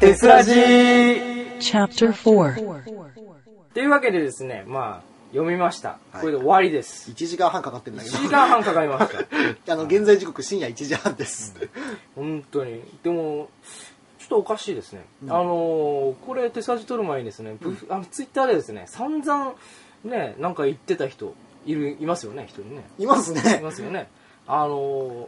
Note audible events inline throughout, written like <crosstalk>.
テスラジー Chapter 4というわけでですね、まあ、読みました。はいこれで終わりです。 1時間半かかってるんだけど1時間半かかりました。 <laughs> あの現在時刻深夜1時半です、本当に。でも、ちょっとおかしいですね。あのーこれ、手差し取る前にですね、ブフあのツイッターでですね、散々、ね、なんか言ってた人、いる、いますよね、一人ね。いますいねますよね。あのー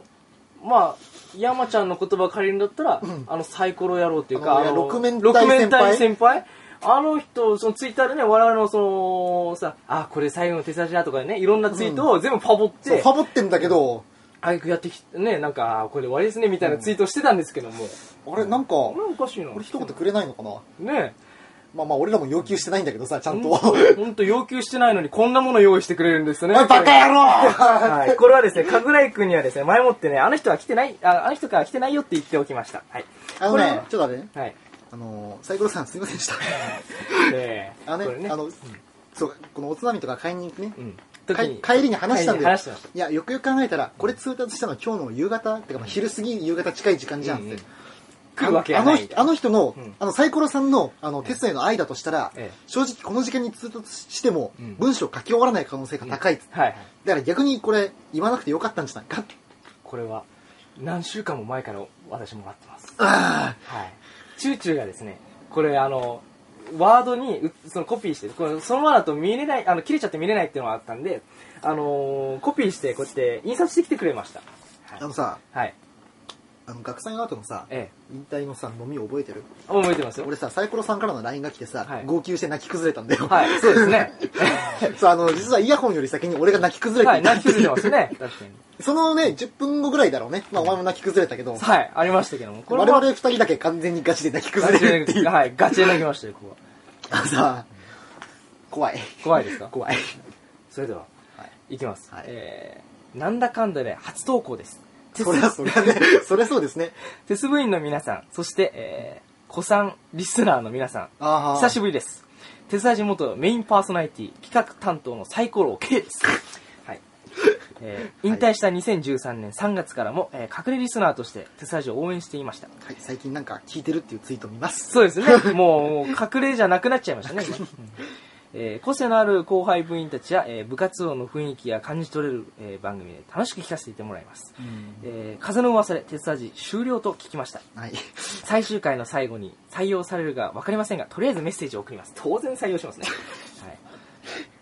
まあ、山ちゃんの言葉を借りるんだったら、あのサイコロ野郎っていうか、あのあの六面体先輩六面体先輩あの人、そのツイッターでね、我々のそのさ、あ、これ最後の手差しだとかね、いろんなツイートを全部パボっそうて、ファボってんだけどあげくやってきて、ね、なんか、あこれで終わりですね、みたいなツイートしてたんですけども、あれなんかこれおかしいな。俺一言くれないのかなねまあまあ俺らも要求してないんだけどさちゃんとほんと要求してないのにこんなもの用意してくれるんですよね。おいバカ野郎はい、これはですね、かぐらいくんにはですね、前もってね、あの人は来てない、ああの人から来てないよって言っておきました。はい。あのこれねちょっとあれねはい。あのサイコロさんすいませんで <laughs> したええあのこねれねあのそうこのおつまみとか買いに行くね、うん。か時いに帰りに話したんだよ帰りに話してましたいやよくよく考えたらこれ通達したのは今日の夕方ってかまあ昼過ぎ夕方近い時間じゃんって、うんうん来るわけがあのなあいの人あの人の、んあのサイコロさんのあのテスへの愛だとしたら、ええ正直この時間に通達しても、うん文章を書き終わらない可能性が高いっつって、はい。だから逆にこれ言わなくてよかったんじゃないかってこれは、何週間も前から私もらってます。あはい。チューチューがですね、これあの、ワードにうそのコピーして、これそのままだと見れない、あの、切れちゃって見れないっていうのがあったんで、あのーコピーして、こうやって印刷してきてくれました。あはあい。のさはい、あの学祭の後のさええ。引退のさ飲み覚えてる覚えてますよ。俺さサイコロさんからの LINE が来てさ、はい号泣して泣き崩れたんだよ、はい、そうですね。 <laughs> そうあの実はイヤホンより先に俺が泣き崩れはてい、いた泣き崩れてます <laughs> ね。確かに。そのね、10分後ぐらいだろうね。まあ、お前も泣き崩れたけど、はい、ありましたけども。こ我れは々二人だけ完全にガチで泣き崩ガチれるでっていう。はい、ガチで泣きましたよ、ここは。 <laughs> あのさ、怖い。 <laughs> 怖いですか怖い。それでは、はいい、きます、はいえー、なんだかんだで初投稿ですテそりゃ、スそりゃ <laughs> ね、そりゃそうですね。テス部員の皆さんそして、えー、子さんリスナーの皆さんあ久しぶりですテスラジ元メインパーソナリティ企画担当のサイコロ K です、はいえー、引退した2013年3月からも、えー、隠れリスナーとしてテスラジを応援していましたはい、最近なんか聞いてるっていうツイート見ます。そうですね。 <laughs> もう、もう隠れじゃなくなっちゃいましたね、今。 <laughs> えー個性のある後輩部員たちや、えー部活動の雰囲気が感じ取れる、えー番組で楽しく聞かせてもらいます。えー風の噂で鉄味終了と聞きました。はい。最終回の最後に採用されるか分かりませんが、とりあえずメッセージを送ります。当然採用し <laughs> ますね。はい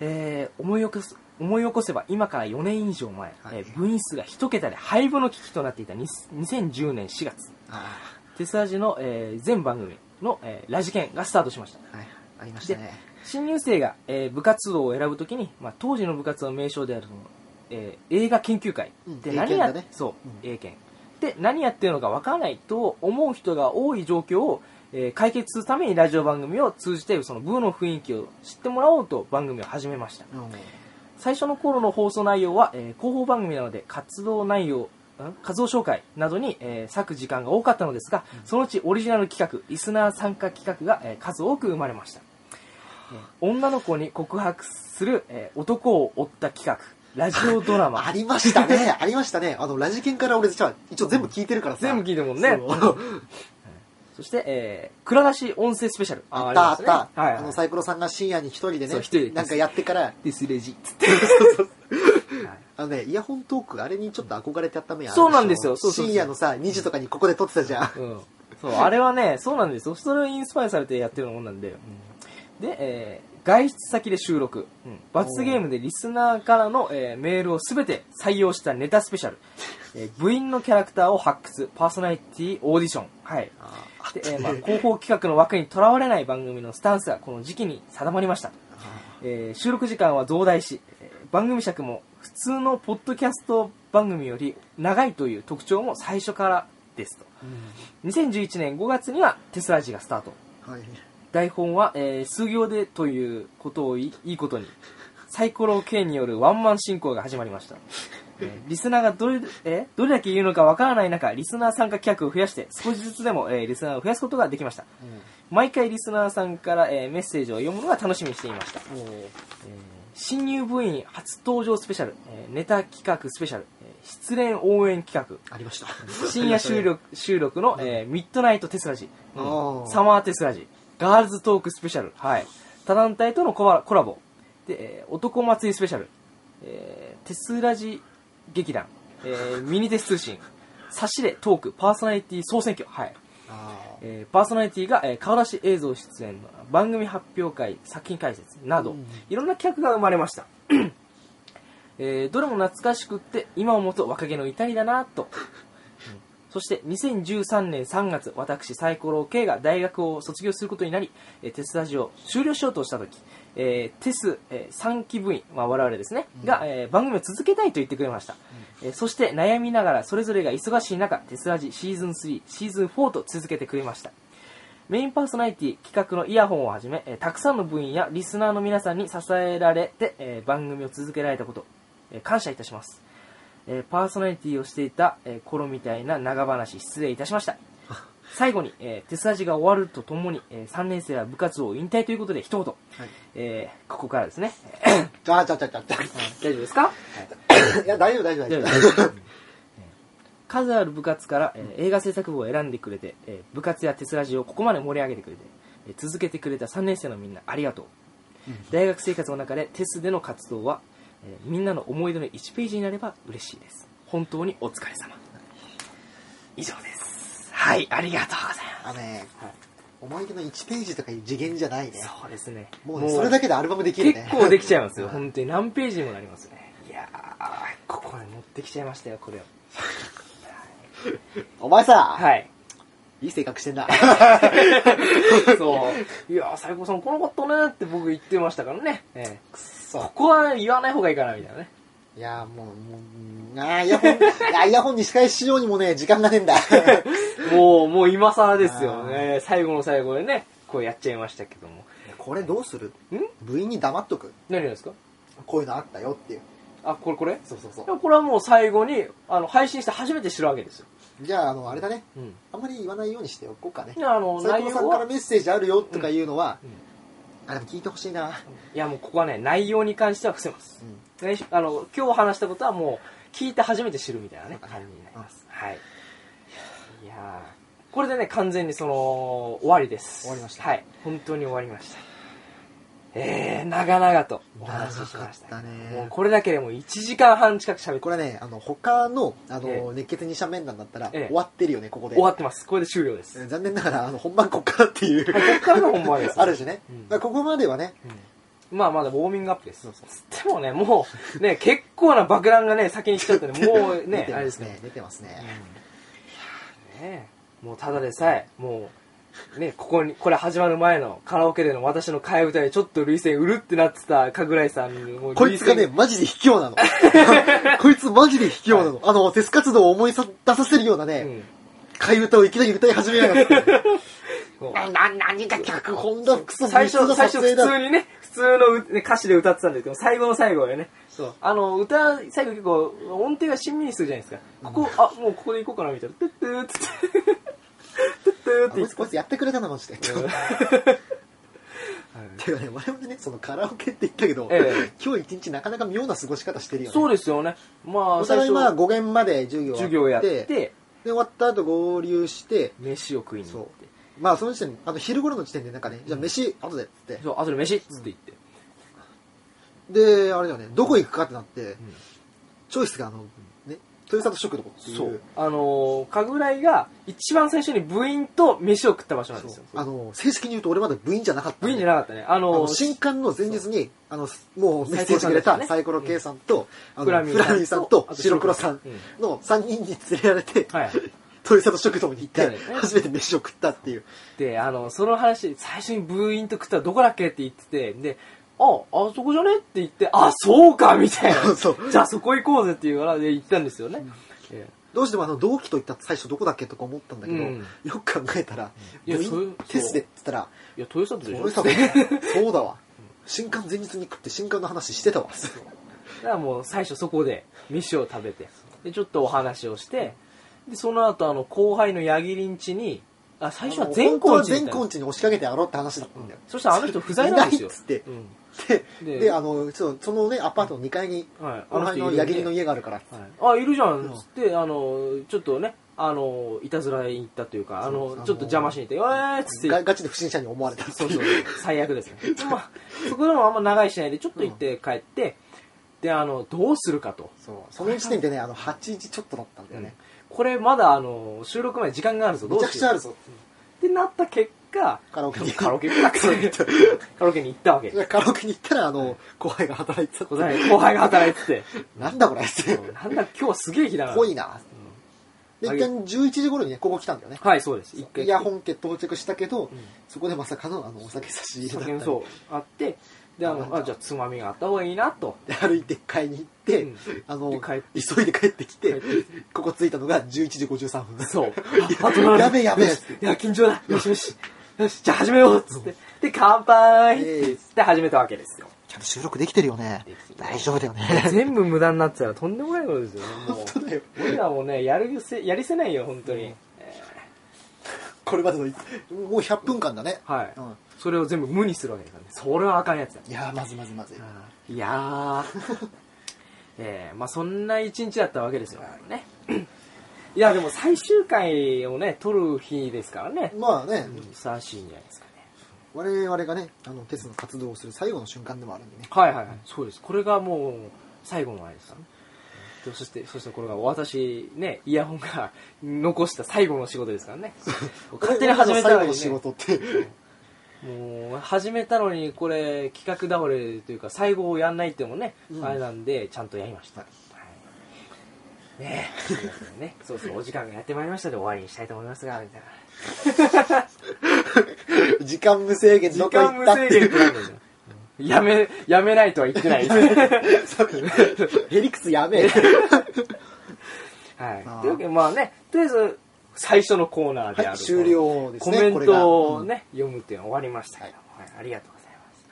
えー思い起こす思い起こせば今から4年以上前、はいえー部員数が1桁で廃部の危機となっていたに2010年4月、あテスラジの、えー全番組の、えーラジケンがスタートしました。ーはい、ありましたね。新入生が、えー部活動を選ぶときに、まあ、当時の部活の名称であるその、えー映画研究会うんで A 何や、研だねそう、うん A 研で何やってるのかわからないと思う人が多い状況を、えー解決するためにラジオ番組を通じてその部の雰囲気を知ってもらおうと番組を始めましたうん最初の頃の放送内容は、えー広報番組なので活動内容ん活動紹介などに、えー割く時間が多かったのですが、そのうちオリジナル企画リスナー参加企画が、えー数多く生まれました、えー女の子に告白する、えー男を追った企画ラジオドラマ <laughs> ありましたね、ありましたね。あの、ラジケンから俺、じゃあ一応全部聞いてるからさ。全部聞いてるもんね <laughs> そうそして、えー蔵出し音声スペシャルあったあっ。りましたねはいあの、サイコロさんが深夜に一人でそうね一人で、なんかやってから、ディスレジっ <laughs> つってあのね、イヤホントーク、あれにちょっと憧れてやった面あるしょそうなんですよそうそうそう深夜のさ、2時とかにここで撮ってたじゃん。うん、そうあれはねそうなんですよそれをインスパイアされてやってるようなもんなんで、で、えー外出先で収録、うん、罰ゲームでリスナーからの、えーメールを全て採用したネタスペシャル、えー部員のキャラクターを発掘パーソナリティオーディションはいあで、えーまあ、広報企画の枠にとらわれない番組のスタンスがこの時期に定まりましたえー収録時間は増大し、えー番組尺も普通のポッドキャスト番組より長いという特徴も最初からですと、2011年5月にはテスラジがスタートはい。台本は、えー数行でということをいいいことにサイコロ K によるワンマン進行が始まりました、えーリスナーがどれ,、えーどれだけ言うのかわからない中リスナー参加企画を増やして少しずつでも、えーリスナーを増やすことができました毎回リスナーさんから、えーメッセージを読むのが楽しみにしていましたもう、えー新入部員初登場スペシャル、えーネタ企画スペシャル、えー失恋応援企画、ありました。深夜収録収録の、えーミッドナイトテスラジ、あーサマーテスラジ、ガールズトークスペシャル、はい、他団体とのコラコラボ、でえー男祭りスペシャル、えーテスラジ劇団、えーミニテス通信、差しでトーク、パーソナリティ総選挙、はいあえーパーソナリティが、えー顔出し映像出演の番組発表会作品解説など、うんいろんな企画が生まれました、 <clears throat> えーどれも懐かしくって今思うと若気の至りだなと、うんそして2013年3月私サイコロ K が大学を卒業することになり、えーテスラジオを終了しようとした時、えーテス、え3期部員、まあ、我々ですね、が、えー番組を続けたいと言ってくれました、えーそして悩みながらそれぞれが忙しい中テスラジシーズン3シーズン4と続けてくれましたメインパーソナリティ企画のイヤホンをはじめ、えーたくさんの部員やリスナーの皆さんに支えられて、えー番組を続けられたこと、えー感謝いたします、えーパーソナリティをしていた、えー頃みたいな長話失礼いたしま <laughs> した最後に、えー、手筋が終わるとともに、え3年生は部活を引退ということで一言、はいえーここからですねーあー、ちゃちゃちゃちゃ。 <laughs> 大丈夫ですか、いや、大丈夫、大丈夫、 <laughs> 大丈夫。数ある部活から、えー映画制作部を選んでくれて、えー部活や鉄ラジオをここまで盛り上げてくれて、えー続けてくれた3年生のみんなありがとう、大学生活の中でテスでの活動は、えーみんなの思い出の1ページになれば嬉しいです本当にお疲れ様以上ですはいありがとうございまあのね、思い出の1ページとかいう次元じゃないねす。そうですねもうねそれだけでアルバムできるね。結構できちゃいますようん本当に何ページにもなりますよねいやーここまで持ってきちゃいましたよこれをお前さ、はいいい性格してんだ。そう。 <laughs> いやー、最高さん来なかったねーって僕言ってましたからね。ええくっ <laughs> そこ。こはね言わない方がいいかな、みたい <laughs> なね。いや、もう、もう、あーイヤホン、いやイヤホンに仕返ししようにもね、時間がねえんだ。 <laughs> もう、もう今更ですよあね。最後の最後でね、こうやっちゃいましたけども。これどうするん部員に黙っとく。何がですかこういうのあったよっていう。あ、これこれそうそうそいやこれはもう最後に、あの、配信して初めて知るわけですよ。う。じゃあ、あの、あれだね。うん。あんまり言わないようにしておこうかねい。や、あの、斉内藤さ容んからは、メッセージあるよとかいうのは、うんうんあ、でも聞いてほしいな。いや、もうここはね、内容に関しては伏せます。うんねあの、今日話したことはもう、聞いて初めて知るみたいなね、うん感じになります。はい。いやーこれでね、完全にその、終わりです。終わりましたはい。本当に終わりました。えー、長々とお話ししました。長かったねもうこれだけでもう1時間半近く喋って、これね、あの、他の、あの、え熱血二者面談だったら、ええ終わってるよね、ここで。終わってます。これで終了です。えー残念ながら、あの、本番こっからっていう、はい、こっからが本番です。あるしね。うんだからここまではね、うんまあまだウォーミングアップです。つってもね、もう、ね、結構な爆弾がね、先に来ち <laughs> ゃったんで、もうね出、てあれまですすねね。。出てますね。ねえもうただでさえもうねここにこれ始まる前のカラオケでの私の替え歌でちょっと涙腺うるってなってた神楽井さんもうこいつが涙ね、腺マジで卑怯なの。 <laughs> こいつマジで卑怯なの。あの、テス活動を思いさ出させるようなうね、ん替え歌をいきなり歌い始めやが <laughs> って。こうな、な、何が脚本だ、クソ、最初無最数初な普撮影だ通にね普通のう、ね、歌詞で歌ってたんですけど最後の最後でねそう。あの歌最後結構音程がしんみりするじゃないですかここ、あもうここで行こうかなみたいなトゥットゥーってトゥットゥーあってこ言いつ、こいつやってくれたな、マジで。ってっていうかね、我々ね、そのカラオケって言ったけどええ、今日一日なかなか妙な過ごし方してる <laughs> よそね。うですよねまあお最互いまあ初5限まで授業授業やっで、て終わった後合流して、飯を食いに行ってまあその時点で、あの昼頃の時点でなんかね、じゃあ飯、後でっつって。そう、あとで飯っつって言って。で、あれだよね、どこ行くかってなって、んチョイスがあの、ね、豊里食堂っていう。そう。あのー、かぐらいが一番最初に部員と飯を食った場所なんですよ。あの、正式に言うと俺まだ部員じゃなかったんで。部員じゃなかったね。ああののー、新刊の前日に、あの、もうメッセージくサイコロさんでれすよたねサイコロ K さんと、あフのフララミミーさんとーさんとあと白黒さんの3人に連れられて、はい。豊里食堂に行っ行ってたよね、初めて飯を食ったっていう。で、あの、その話、最初に部員と食ったらどこだっけって言ってて、で、あ、あそこじゃねって言って、あ、そうかみたいな。 <laughs> そうじゃあそこ行こうぜっていうからで行ったんですよね。えどうしてもあの同期といったら最初どこだっけとか思ったんだけど、うんよく考えたら、いや部そう員テスでって言ったら、えいや、豊里でしょ俺 <laughs> さ、だかそうだわ。新刊前日に食って新刊の話してたわ。らもう最初そこで飯を食べて、で、ちょっとお話をして、で、その後あの、後輩のヤギリンチに、あ、最初は全校一だっ本当はたん全です根治に押しかけてやろうって話だったんだよ。そしたらあの人不在なんですよいないっつってうんで、でで、あの、そうそのね、アパートの2階に、はい、あの辺の矢切の家、家があるから。はい、あいるじゃんっつって、あのちょっとねあのいたずらに行ったというかあのそうそうちょっと邪魔しに行って「えー!」っつってがガチで不審者に思われた。そう <laughs> そう最悪ですね、まあ、そこでもあんま長いしないでちょっと行って帰って、であのどうするかとそうその時点でね、あの、8時ちょっとだったんだよね。これまだあの収録前に時間があるぞどうめちゃくしちゃあようるぞ。ってなった結果カラオケに。カラオケに行ったわけカラオケに行ったわけ <laughs> カラオケに行ったら、あの、後輩が働いてたって後輩が働いててなんだこれって。なんだ今日すげえ日だな濃いな。で、あ一り旦11時頃にね、ここ来たんだよね。はいそうです一回イヤホン家到着したけどうん、そこでまさかのあの、お酒差し入れだった酒りもそうあってでああなんのだあじゃあつまみがあった方がいいなとで歩いて買いに行って、うんあので帰っ急いで帰ってきて帰ってきここ着いたのが11時53分そうああとなんだ <laughs> やべえやべえよしいや緊張だよしよしよしじゃあ始めようっつってで乾杯って言って始めたわけです <laughs> よちゃんと収録できてるよねできてる大丈夫だよね全部無駄になってたらとんでもないことですよねもう本当だよ俺らもねやるせやりせないよ本当に、これまでのもう100分間だね、はい、うんそれを全部無にするわけだからねそれはあかんやつだいやーまずまずまずいいやー <laughs> えー、まあそんな一日だったわけですよね <clears throat> いやでも最終回をね撮る日ですからねまあね、ふさわしいんじゃないですかね我々がねあの鉄の活動をする最後の瞬間でもあるんでねはいはいはいそうですこれがもう最後のあれですからねでそしてそしてこれが私ねイヤホンが残した最後の仕事です <laughs> からね勝手に始めたの最後に、のね、仕事ってもう始めたのにこれ企画倒れというか最後をやんないってもね、うんあれなんでちゃんとやりました、ははい、ねえすいませんねそうそうお時間がやってまいりましたので終わりにしたいと思いますがみたいな時間無制限ど時こ間行無ったって制限いってなんだよやめ <laughs> やめないとは言ってないうヘリクスやべえはいあーというわけでまあねとりあえず最初のコーナーであはるい、終了ですコねメこンれがトをうんね、読むっていうのは終わりましたけど、はいありがとうございます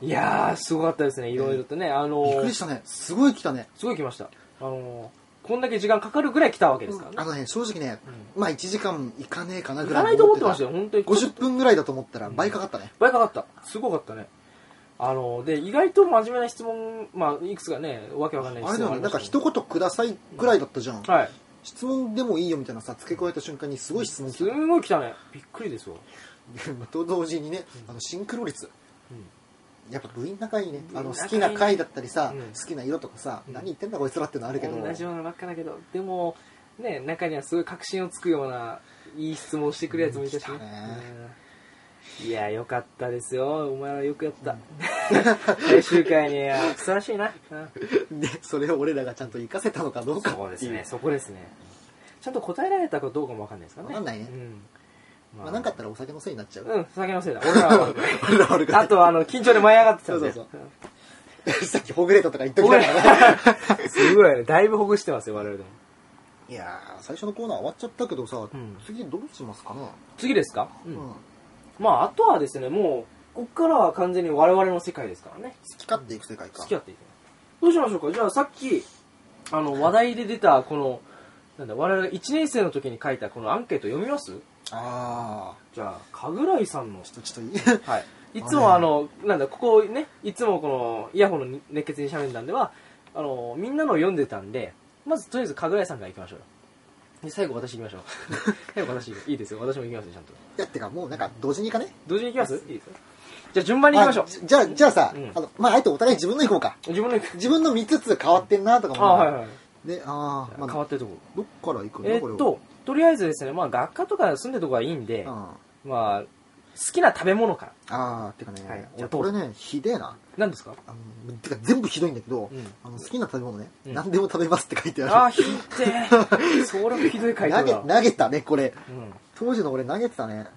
いやーすごかったですねいろいろとね、あのーびっくりしたねすごい来たねすごい来ました。あのーこんだけ時間かかるぐらい来たわけですからあね。のね、正直ね、まあ1時間いかねえかなぐ行らかないいと思ってましたよ、本当に。 50分ぐらいだと思ったら倍かかったね。倍かかった。すごかったね。あのーで、意外と真面目な質問、まあ、いくつかね、わけわかんないあれ質だ問よね、なんかりました一言くださいぐらいだったじゃん。けどはい。質問でもいいよみたいなさ、付け加えた瞬間にすごい質問来すんごい来たね。びっくりですわ。た。 <laughs> と同時にね、あの、シンクロ率。やっぱ部員仲いいね。あの、部員仲いいね好きな回だったりさうん、好きな色とかさ、うん何言ってんだこいつらってのあるけど。同じようなばっかだけど、でも、ね、中にはすごい確信をつくような、いい質問してくるやつもいたしね。うん来たねうんいや、よかったですよ。お前はよくやった。最終回にはふさわしいな。うんで、 <laughs> それを俺らがちゃんと活かせたのかどうかそうでってすいうね、。そこですね。ちゃんと答えられたかどうかもわかんないですからね。わかんないねうん。ままあなんかあったらお酒のせいになっちゃう。うん、酒のせいだ。俺らは悪くない。俺ら悪くない <laughs> <laughs> あと、あの、緊張で舞い上がってたんで。そうそう <laughs> さっきほぐれたとか言っと <laughs> きながらね。うんすごいね。だいぶほぐしてますよ、我々でも。いやー、最初のコーナー終わっちゃったけどさ、ん次どうしますかね、次ですかううんん好まあ、あとはですね、もう、こっからは完全に我々の世界ですからね。き勝手いく世界か。付き合っていきます。どうしましょうかじゃあ、さっき、あの、話題で出た、この、なんだ、我々が1年生の時に書いたこのアンケート読みますあじゃあ、かぐらいさんのー、ちょっといい <laughs> はい、いつもあの、なんだ、ここね、いつもこのイヤホンの熱血にしゃべんだんでは、あの、みんなの読んでたんで、まずとりあえず、かぐらいさんから行きましょうよ。で最後私行きまし <laughs> ょう。最後私行くいいですよ。私も行きますよ、ちゃんと。や、ってかもうなんか同時にいかね同時に行きますいいですよ。じゃあ順番に行きましょうあ。じじゃあ、じゃあさ、うんあの、まあ、あえてお互い自分の行こうか。自分の行く。自分の見つつ変わってんなとかあも。はいはい。で、あー、変まわあ、ってるところ。どっから行くのえこれーっと、とりあえずですね、まあ学科とか住んでるとこはいいんで、はまあ、好きな食べ物から。うん。あー、てかね、はい俺これね、ひでえな。何ですかあのてか全部ひどいんだけど、うんあの好きな食べ物ね、うん何でも食べますって書いてあああ、ひどいて。それもひどいる。回答投げ、だ。投げたね、これ。うん当時の俺投げてたね。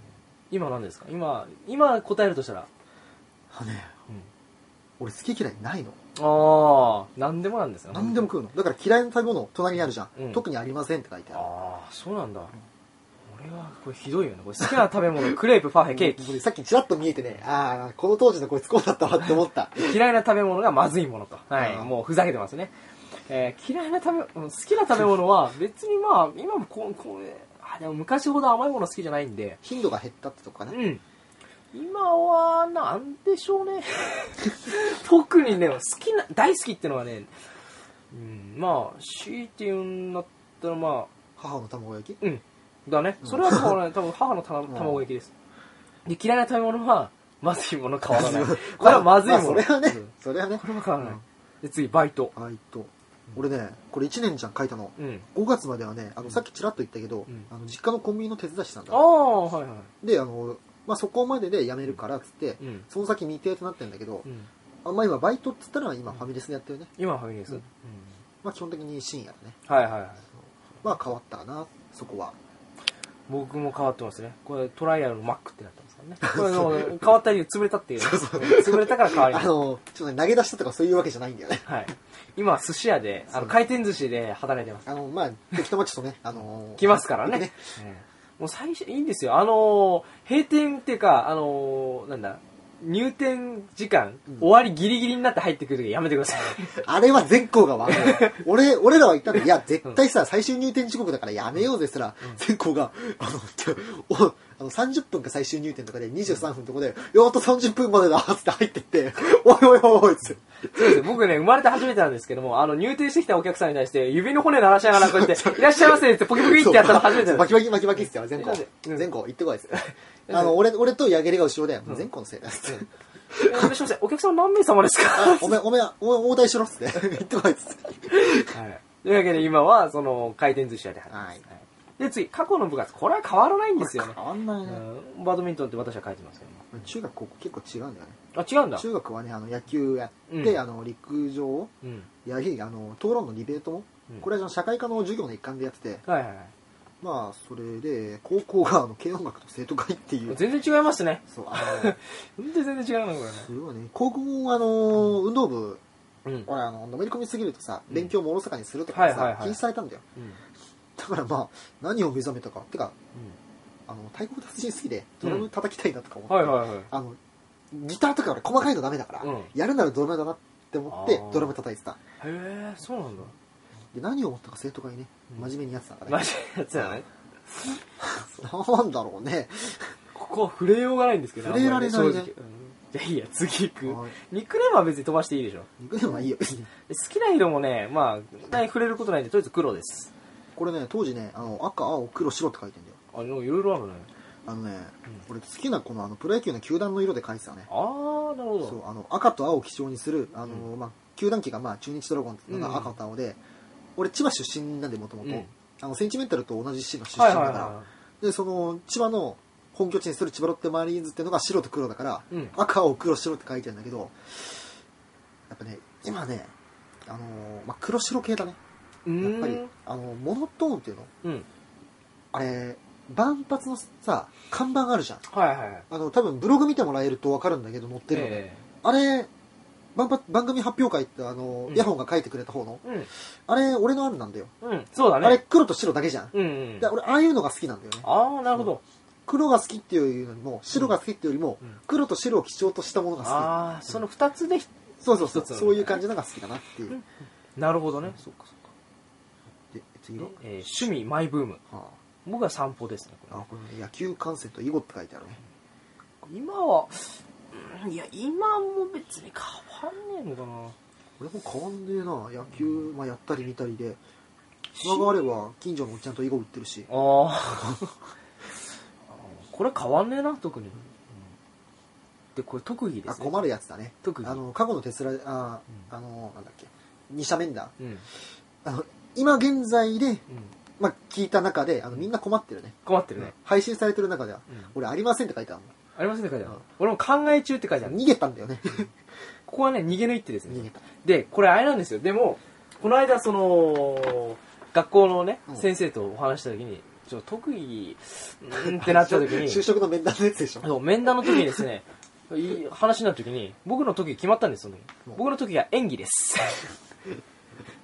今何ですか今、今答えるとしたら。あのね、俺好き嫌いないの。ああ、何でもなんですよ。何でも。食うのだから嫌いな食べ物隣にあるじゃん、うん特にありませんって書いてあるああ、そうなんだ。俺は、これひどいよね。これ好きな食べ物、 <laughs> クレープ、パフェ、ケー僕ねキ。さっきちらっと見えてねああこの当時のこいつこうだったわって思 <laughs> った嫌いな食べ物がまずいものと。はい。うんもうふざけてますね。えー嫌いな食べ、うん好きな食べ物は別にまあ、今もこう、こう、あでも昔ほど甘いもの好きじゃないんで、頻度が減ったってとこかうねん。今は、なんでしょうね。 <laughs> 特にね、好きな、大好きってのはね、うん、まあ、強いて言うんだったら、まあ、母の卵焼きうん。だね。それはもうね、多分母のた卵焼きです。で、嫌いな食べ物は、まずいもの変わらない。これはまずいもの。あそれはねうん、それはねこ。れは変わらない。うんで、次、バイト。あいと、俺ね、これ1年じゃん書いたの。うん。 5月まではね、あの、さっきちらっと言ったけどうん、あの、実家のコンビニの手伝いしてたんああ、だ。はいはい。で、あの、まあ、そこまでで辞めるから、つってう、ん。その先未定となってんだけどう、ん、あんまあ今バイトっつったら今ファミレスでやってるね。今はファミリーです、ううんんまあ、基本的に深夜だね。はいはいはい。まあ、変わったな、そこは。僕も変わってますね。これ、トライアルのマックってなったんですからね。こ <laughs> れもう、変わった理由、潰れたっていうね。潰れたから変わりまあした。の、ちょっとね投げ出したとかそういうわけじゃないんだよね。はい。今、寿司屋で、あその、う回転寿司で働いてます。あの、まあ、適当マッチとね、あのー、来ますからね。ねええもう最初、いいんですよ。あのー閉店っていうか、あのーなんだ、入店時間、うん終わりギリギリになって入ってくる時やめてください。あれは全校が悪い。 <laughs> 俺、俺らは言ったんだ。いや、絶対さ、最終入店時刻だからやめようぜっつったら、全校が、あの、ちょおあの30分か最終入店とかで23分とかで、よーっと30分までだっつって入ってって、おいおいおいおいっつって。そうですよ僕ね、生まれて初めてなんですけども、あの、入店してきたお客さんに対して、指の骨鳴らしながら、こ <laughs> うやって、いらっしゃいませってポキポキってやったの初めてそなうんでバすキバキバキバキっつってよ、全校うん全校行ってこいっつって。あの、俺、俺とヤゲレが後ろで、もう全校のせいだっつって。いらっしゃいませ。お客さん何名様ですか <laughs> あおめおめ、おめ、応対しろ <laughs> っつって。行ってこいっつって。はい。というわけで今は、その、回転寿司屋で働いてます。はいで、次、過去の部活。これは変わらないんですよね。変わんないね。うんバドミントンって私は書いてますけども。中学、高校結構違うんだよね。あ、違うんだ。中学はね、あの、野球やっうて、んあの、陸上うん。やはりあの討論のディベートも、うんこれはその社会科の授業の一環でやってて、はいはいはい。まあ、それで、高校があの軽音楽と生徒会っていう、全然違いますね。そう、あの、本当に全然違うな、こすごいね、高校もあの、運動部、れね。ほら、あの、のめり込みすぎるとさ、うん勉強もおろそかにするとかさ、はいはいはい禁止されたんだよ。うん。だからまあ、何を目覚めたか、てか、あの、太鼓の達人好きで、ドラム叩きたいなとか思って、はいはいはい。あの、ギターとか俺細かいのダメだから、うんやるならドラムだなって思ってあー、ドラム叩いてた。へえ、そうなんだ。で、何を思ったか生徒会ね、真面目にやってたから、ねマジなやつだね。なんだろうね。ここは触れようがないんですけど触れられないねあんまり正直うんじゃあいいや、次行くはい。ニックネームは別に飛ばしていいでしょ。肉でもいいよ。で好きな色もね、まあ、ない触れることないんで、とりあえず黒です。これね、当時ね、あの、赤、青、黒、白って書いてんだよ。あ、でもいろいろあるね。あのね、俺好きなこのあのプロ野球の球団の色で書いてたね。あー、なるほそど。う、あの、赤と青を基調にする、あの、まあ、球団旗がまあ、中日ドラゴンっていうのうんが赤と青で、俺千葉出身なんでもともうとん、あの、センチメンタルと同じ滋賀出身はいだはいはいかはら、で、その、千葉の本拠地にする千葉ロッテマリーンズっていうのが白と黒だから、い。うん。赤、青、黒、白って書いてあるんだけど、やっぱね、今ね、あのまあ、黒白系だね。うやっぱーりん。、あの、モノトーンっていうのうん。あれ、万発のさ、看板あるじゃん。はいはいはい。あの、多分ブログ見てもらえると分かるんだけど、載ってるのね。えあれ、万発番組発表会って、あの、うんヤホンが書いてくれた方の、えうん。あれ、俺の案なんだよ。うん。そうだね。あれ、黒と白だけじゃん。うんうんで。俺、ああいうのが好きなんだよね。あー、なるほど。黒が好きっていうよりも、白が好きっていうよりも、うん黒と白を基調としたものが好あー、その二つでひ、き。そうそうそ一う。つのねそういう感じのが好きだなっていう。なるほどね。そっかそっか。で、次は、えー趣味、マイブーム。は僕は散歩ですね、こあ、れあこれ、ね、野球観戦と囲碁って書いてあるね。今は、うんいや、今も別に変わんねえのかな。俺も変わんねえな。野球、まあ、やったり見たりで。暇があれば、近所のおっちゃんと囲碁売ってるし。 <laughs> ああ。これ変わんねえな、特に。で、これ特技であ、すね。困るやつだね。特技。あの、過去のテスラ、あうー、あの、なんだっけ。二者面談。うん。うん。あの、今現在で、まあ、聞いた中で、あの、みんな困ってるね。困ってるね。配信されてる中では、うん俺ありませんって書いてあるの。ありますね、書いてあるうん。俺も考え中って書いてある。逃げたんだよね。ここはね、逃げの一手です <laughs> 逃げね。た。で、これあれなんですよ。でも、この間、その、学校のねう、ん先生とお話した時に、ちょっと特 <laughs> 技、うーんってなった時に、就職の面談のやつでしょ。そう、面談の時にですね、いい話になった時に、僕の時決まったんです、その時うん。僕の時は演技です。 <laughs>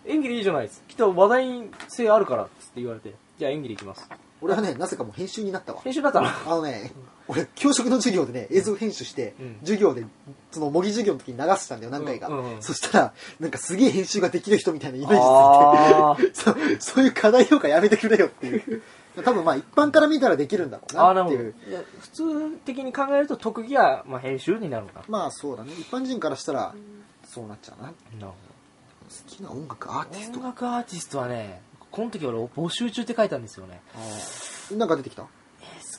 演技でいいじゃないです。きっと話題性あるから、つって言われて、じゃあ演技でいきます。俺はね、なぜかもう編集になったわ。編集だったな。あのね、俺、教職の授業でね、映像編集して、うん授業で、その模擬授業の時に流してたんだよ、何回か。うんうんうんそしたら、なんかすげえ <laughs> 編集ができる人みたいなイメージつい <laughs> て、あーそそういう課題評価やめてくれよっていう。多分まあ一般から見たらできるんだろうああななっていうるほどいや普通的に考えると特技は、まあ、編集になるのかまあそうだね一般人からしたらそうなっちゃうな好ななるほきな音楽アーティスどト音楽アーティストはねこの時俺募集中って書いたんですよねあーなんか出てきた好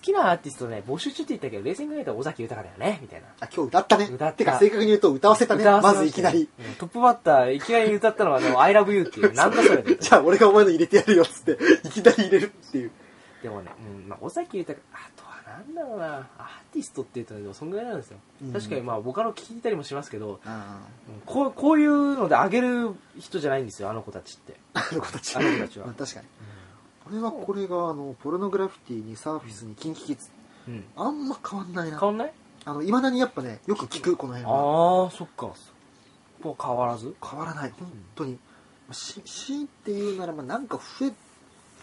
きなアーティストね募集中って言ったけど冷静に考えたら尾崎豊だよねみたいなあ今日歌ったね歌ったてか正確に言うと歌わせたね歌わせましずいきなりうんトップバッターいきなり歌ったのはでも「ILOVEYOU」っていうなんだそれみたいなじゃあ俺がお前の入れてやるよっつっていきなり入れるっていうでもね、うん、まあ、尾崎豊、あとはなんだろうな、アーティストって言うとね、でもそんぐらいなんですよ。うん確かにまあ、ボカロ聴いたりもしますけど、あうんこう、こういうので上げる人じゃないんですよ、あの子たちって。の子たちあの子たちは <laughs> まあ確かに俺はこれがあのポルノグラフィティにサーフィスにキンキキッズうん。あんま変わんないな変わんないあの未だにやっぱねよく聞くこの辺はああ、そっか。もう変わらず変わらない本当にし強いて言うならまあなんか増え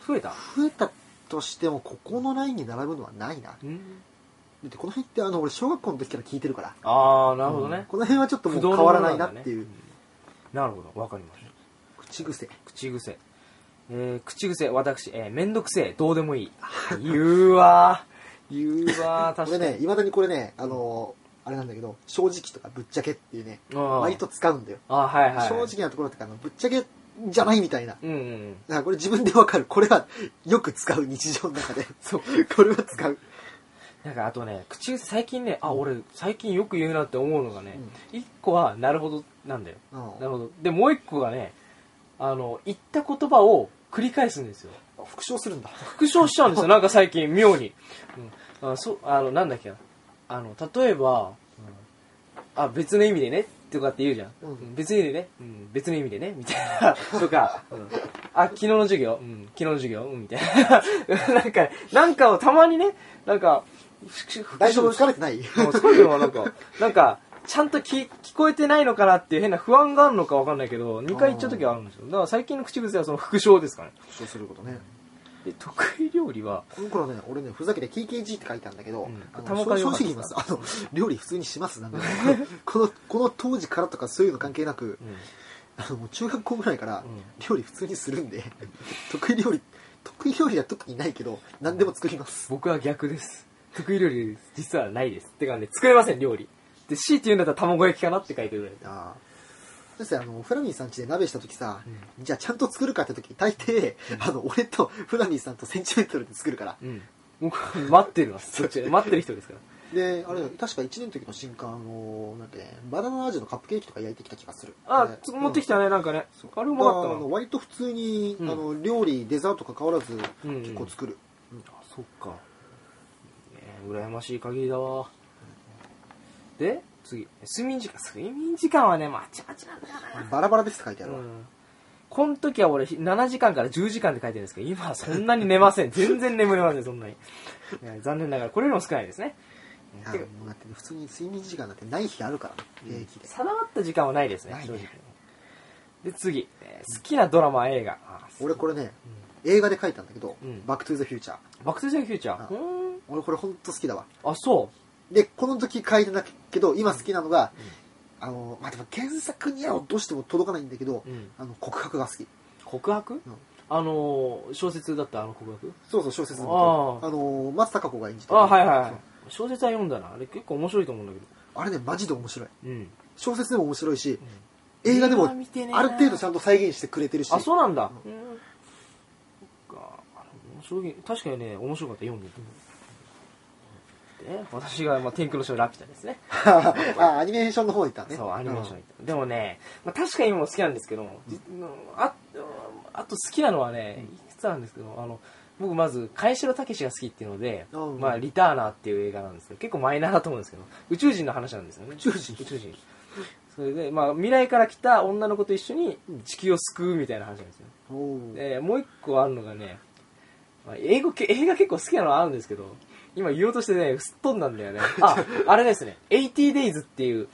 増えた増えたとしてもここのラインに並ぶのはないなだうん。ってこの辺ってあの俺小学校の時から聞いてるからああ、なるほどうんね。この辺はちょっともう変わらないなっていう、不動のものなんだねんなるほど、わかりました。口癖口癖。えー、口癖、私、えー、めんどくせえ、どうで <laughs> もいい。言うわー。言うわー、確か俺に。ねいまだにこれねあのーあれなんだけど正直とかぶっちゃけっていうねあー割と使うんだよあーはいはい。正直なところとかあのぶっちゃけじゃないみたいなだうんうんうん。からこれ自分でわかるこれはよく使う日常の中でそう。 <laughs> これは使うなんかあとね、口癖最近ね、あ、俺最近よく言うなって思うのがね、一、個はなるほどなんだよ。うんなるほど。で、もう一個がね、あの、言った言葉を繰り返すんですよ。復唱するんだ復唱しちゃうんですよ、なんか最近、妙に。うん、あそう、あの、なんだっけな。あの、例えば、うんあ、別の意味でね、とかって言うじゃん。うんうん別の意味でね、うん、別の意味でね、みたいな。 <laughs> とか、うんあ、昨日の授業、うん、昨日の授業、うん、みたいな。 <laughs> なんか、なんかをたまにね、なんか、復復大丈夫疲れてないもうすごいよ、なんか、なんか、ちゃんと聞聞こえてないのかなっていう変な不安があるのかわかんないけど、2回言っちゃう時はあるんですよ。だから最近の口癖はその復唱ですかね。復唱することねで、得意料理は、この頃ね俺ねふざけて KKG って書いたんだけど、うんあの玉川正よか直った言いますあの料理普通にしますなん <laughs> でこのこの当時からとかそういうの関係なくうんあのもう中学校ぐらいからうん料理普通にするんで、 <laughs> 得意料理得意料理は特にないけど何でも作ります、僕は逆です。得意料理、実はないです。てかね、作れません、料理。で、強いて言うんだったら卵焼きかなって書いてるぐらいです。ああそしてあのフラミーさん家で鍋した時さ、じゃあちゃんと作るかって時大抵、あの俺とフラミーさんとセンチメートルで作るからうん。僕は待ってます。 <laughs> そっち待ってる人ですから。であれ確か1年の時の新刊のなんかねバナナ味のカップケーキとか焼いてきた気がするあで、つ持ってきたね、なんかね。あれうだまかからったあのな。割と普通に、うんあの料理デザート関わらずうんうん結構作る、あ、そっか。ねえ羨ましい限りだわ。で、次。睡眠時間。睡眠時間はね、まちまちなんだよバラバラですって書いてあるな。わ、うん。この時は俺、7時間から10時間って書いてるんですけど、今はそんなに寝ません。全然眠れません、そんなに。ね残念ながら、これよりも少ないですね。いやもうだってね普通に睡眠時間なんてない日あるからね平気で、定まった時間はないですねないね正直で次、えー好きなドラマ映画あー俺これね、映画で書いたんだけど「うんバック・トゥ・ザ・フューチャーバック・トゥ・ザ・フューチャあーうーん」俺これ本当好きだわあそでこの時書いてなけど今好きなのが、あのまあでも原作にはどうしても届かないんだけど、う、うん、あの告白が好き告白、あのー小説だったあの告白そうそう小説のああの松たか子が演じてあるはいはいはそいう小説は読んだなあれ結構面白いと思うんだけどあれねマジで面白いうん小説でも面白いし、映画でも映画見てねえなある程度ちゃんと再現してくれてるしあそうなんだうんそっかあの面白い確かにね面白かった読んでて、で私が、まあ、天空の城ラピュタですね <laughs> あアニメーションの方行ったねそう、アニメーションうんに、でもね、まあ、確かに今も好きなんですけど、じああと好きなのはね、いくつあるんですけど、あの、僕まず、貝城武が好きっていうので、うんまあ、リターナーっていう映画なんですけど、結構マイナーだと思うんですけど、宇宙人の話なんですよね。宇宙人宇宙人。それで、まあ、未来から来た女の子と一緒に地球を救うみたいな話なんですよ。おーで、もう一個あるのがね、まあ英語系、映画結構好きなのはあるんですけど、今言おうとしてね、すっ飛んだんだよね。 <laughs> あ、あれですね、80 days っていう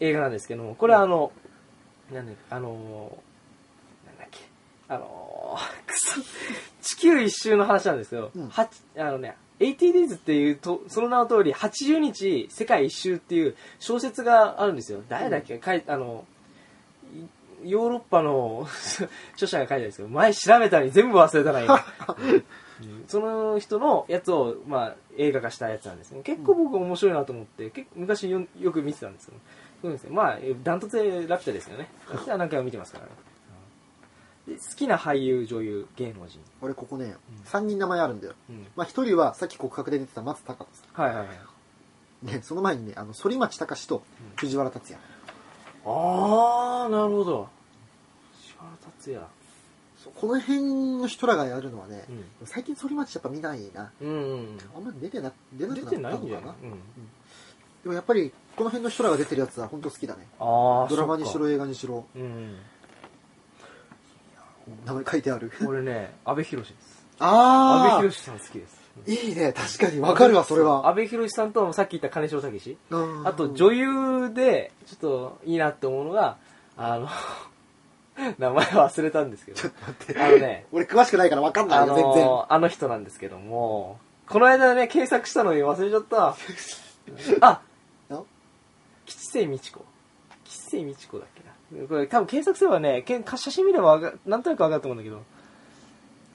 映画なんですけども、これはあの、なんだっけ、あのー、なんだっけ、あの <laughs> ー、くそ、地球一周の話なんですけど、うんはちあのね、80 days っていうと、その名の通り、80日世界一周っていう小説があるんですよ。誰だっけ、かいあの、 <laughs> <laughs> ヨーロッパの著者が書いてあるんですけど、前調べたのに全部忘れたな、今。その人のやつを、まあ、映画化したやつなんですね。結構僕面白いなと思って、結構昔よよく見てたんですけど、そうですね。まあ、えダントツでラピュタですよね。ラピュタは何回も見てますからね。で好きな俳優、女優、芸能人。俺ここねうん3人名前あるんだよ、うん。まあ、1人はさっき告白で出てた松たか子さはいはいはい。ん、ね、その前にねあの反町隆史と藤原竜也、あー、なるほど。石原達也。そうこの辺の人らがやるのはね、うん最近反町やっぱ見ないなうん、あんまり出てな出う。なんく出なってたのないんじゃかないなうん。でもやっぱりこの辺の人らが出てるやつは本当好きだねあー、ドラマにそしっかろ映画にしろうん。名前書いてある俺ね、阿部寛です。阿部あ寛さん好きです。あいいね確かにわかるわそれは阿部寛さんとさっき言った金城武史うんあと女優でちょっといいなって思うのがあの <laughs> 名前忘れたんですけどあの <laughs> ね俺詳しくないからわかんなあいよ全然のあの人なんですけどもこの間ね検索したのに忘れちゃ <laughs> ったああ吉瀬美智子吉瀬美智子だっけなこれ多分検索すればねけん写真見ればわかなんとなく分かると思うんだけど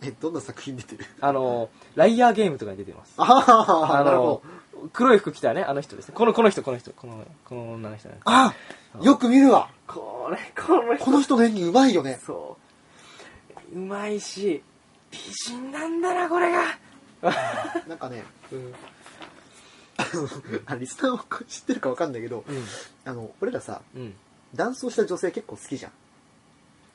えどんな作品出てるあのライアーゲームとかに出てますあああなるほどの黒い服着たねあの人ですねこのこの人この人このこの女の人ねあよく見るわこれ、この人。この人の演技うまいよねそう。うまいし、美人なんだな、これが。なんか <laughs> ねうん。あのあリスナーは知ってるかわかんないけどうん。あの俺らさうん。男装した女性結構好きじゃん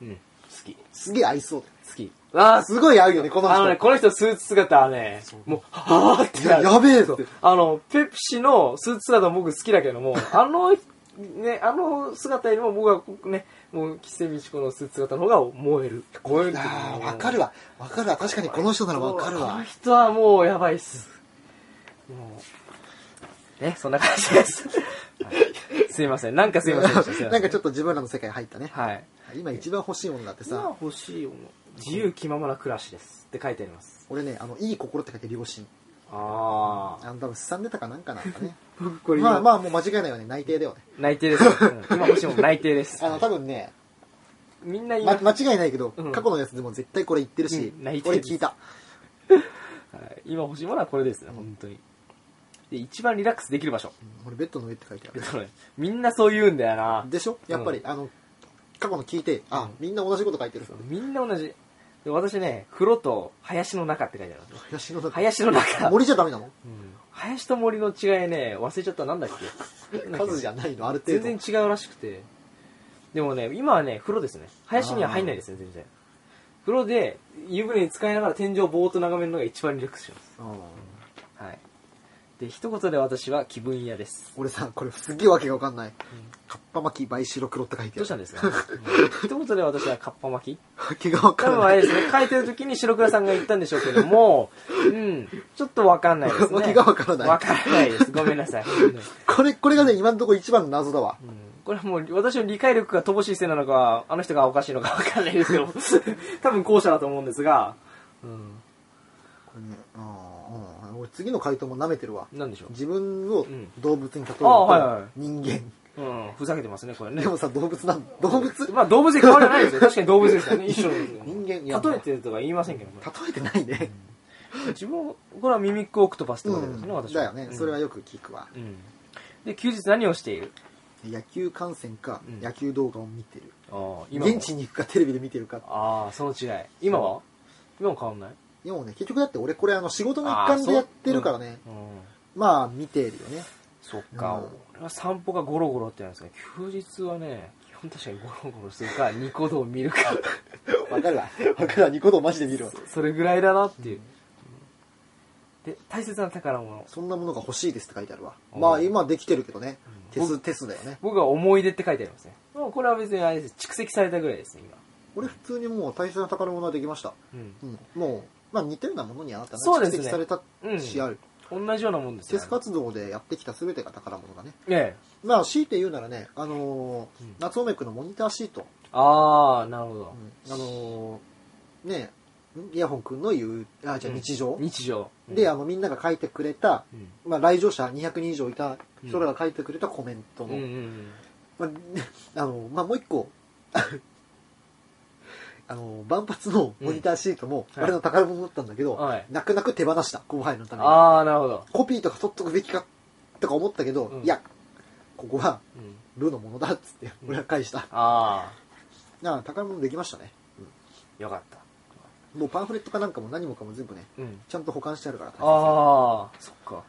うん。好き。すげえ合いそうだよ好き。ああ、すごい合うよねこのあのね、人この人スーツ姿はね、もう、はぁーってややべえってあの、ペプシのスーツ姿僕好きだけ <laughs> ども、あの、ね、あの姿よりも僕はね、もう、キセミチコのスーツ姿の方が燃える。燃えるああわかるわわかるわ確かにこの人ならわかるこのわ人はもうやばいっす。もう。ね、そんな感じです。はいすいません。なんかすいませんでしたすいません。 <laughs> なんかちょっと自分らの世界入ったねはい。今一番欲しいものだってさ今欲しいもの。自由気ままな暮らしです。って書いてあります。俺ねあのいい心って書いて両親ああ。あの多分すさんでたかなんかなんかね僕これまあ今、まあもう間違いないよね内定だよね内定ですよ。うん今欲しいもの内定ですあ。の多分ね、みんな今、ま、間違いないけど、うん過去のやつでも絶対これ言ってるし、うん内定俺聞いたはい今欲しいものはこれですね、本当に。で、一番リラックスできる場所。俺ベッドの上って書いてあるこれみんなそう言うんだよな。でしょやっぱり、うあの過去の聞いてあ、みんな同じこと書いてるみんな同じ。で私ね、風呂と林の中って書いてあります。林の中林の中。森じゃダメなのうん林と森の違いね、忘れちゃったなんだっけ数じゃないのある程全度然違うらしくて。でもね、今はね、風呂ですね。林には入んないですね、全然。風呂で、湯船に使いながら天井をぼーっと眺めるのが一番リラックスします。うんはい。で、一言で私は気分屋です。俺さこれすげえわけがわかんない、かっぱ巻き倍白黒って書いてあるどうしたんですか、 <laughs> うん一言で私はカッパ巻きわけがわか多ん分なあいれです <laughs> ね、書いてる時に白倉さんが言ったんでしょうけども、うん、ちょっとわかんない <laughs> ですね。わけがわからないわからないです。ごめんなさい。うんこれこれがね今のところ一番の謎だわうんこれはもう私の理解力が乏しいせいなのか、あの人がおかしいのかわかんないですけ <laughs> ど、多分後者だと思うんですが、うん、これねうんうん俺次の回答も舐めてるわなんでしょ自分を動物に例えるうんあとはいはい人間、う。うん、ふざけてますね、これねで。もさ動物なん動物まあ動物に変わりはないですよ。確かに動物ですよね、一緒ですよ人間いや例えてるとか言いませんけど、例えてないね、自分、これはミミックオクトパスってことですね、うん私だよね、それはうんよく聞くわうん。で、休日何をしている野球観戦か、うん野球動画を見てるああ、も現地に行くかテレビで見てるかああ、その違い。今は今も変わんないでもね結局だって俺これあの仕事の一環でやってるからね、ああそううんまあ見てるよ <laughs> ねそっか、うん俺は散歩がゴロゴロってなんですか休日はね基本確かにゴロゴロするかニコ動見るかわかるわわかるわニコ動マジで見るわそれぐらいだなっていう、で大切な宝物そんなものが欲しいですって書いてあるわうんまあ今できてるけどねうんテステスだよね僕は思い出って書いてありますねもうこれは別にあれです蓄積されたぐらいですね俺普通にもう大切な宝物はできました、今うん、もう、まあ、似たようなものにあなたがそうで蓄すね積されたうんしある、同じようなもんですテよス活動でやってきた全てが宝物だねええまあ強いて言うならね、あのーうん夏梅くんのモニターシート、ああなるほど、あのーねんイヤホンくんの言うあじゃあうん日常、日常であ、のみんなが書いてくれた、うんまあ、来場者200人以上いたうん人らが書いてくれたコメントうんうの、んうん <laughs> まあねあのまあ、もう一個あの、万発のモニターシートも、うんはい俺の宝物だったんだけど、はい泣く泣く手放した、後輩のために。ああ、なるほど。コピーとか取っとくべきか、とか思ったけど、うんいや、ここは、うん、ルーのものだ、っつって、うん俺は返した。あなあ、宝物できましたね。あ、よかった。もうパンフレットかなんかも何もかも全部ね、うん。ちゃんと保管してあるから。ああ、そっか。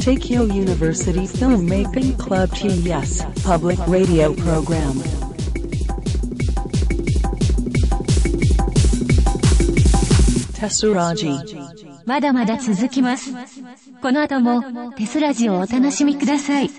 Tokyo University Filmmaking Club TES Public Radio Program. Tesseraji. まだまだ続きます。この後もテスラジをお楽しみください。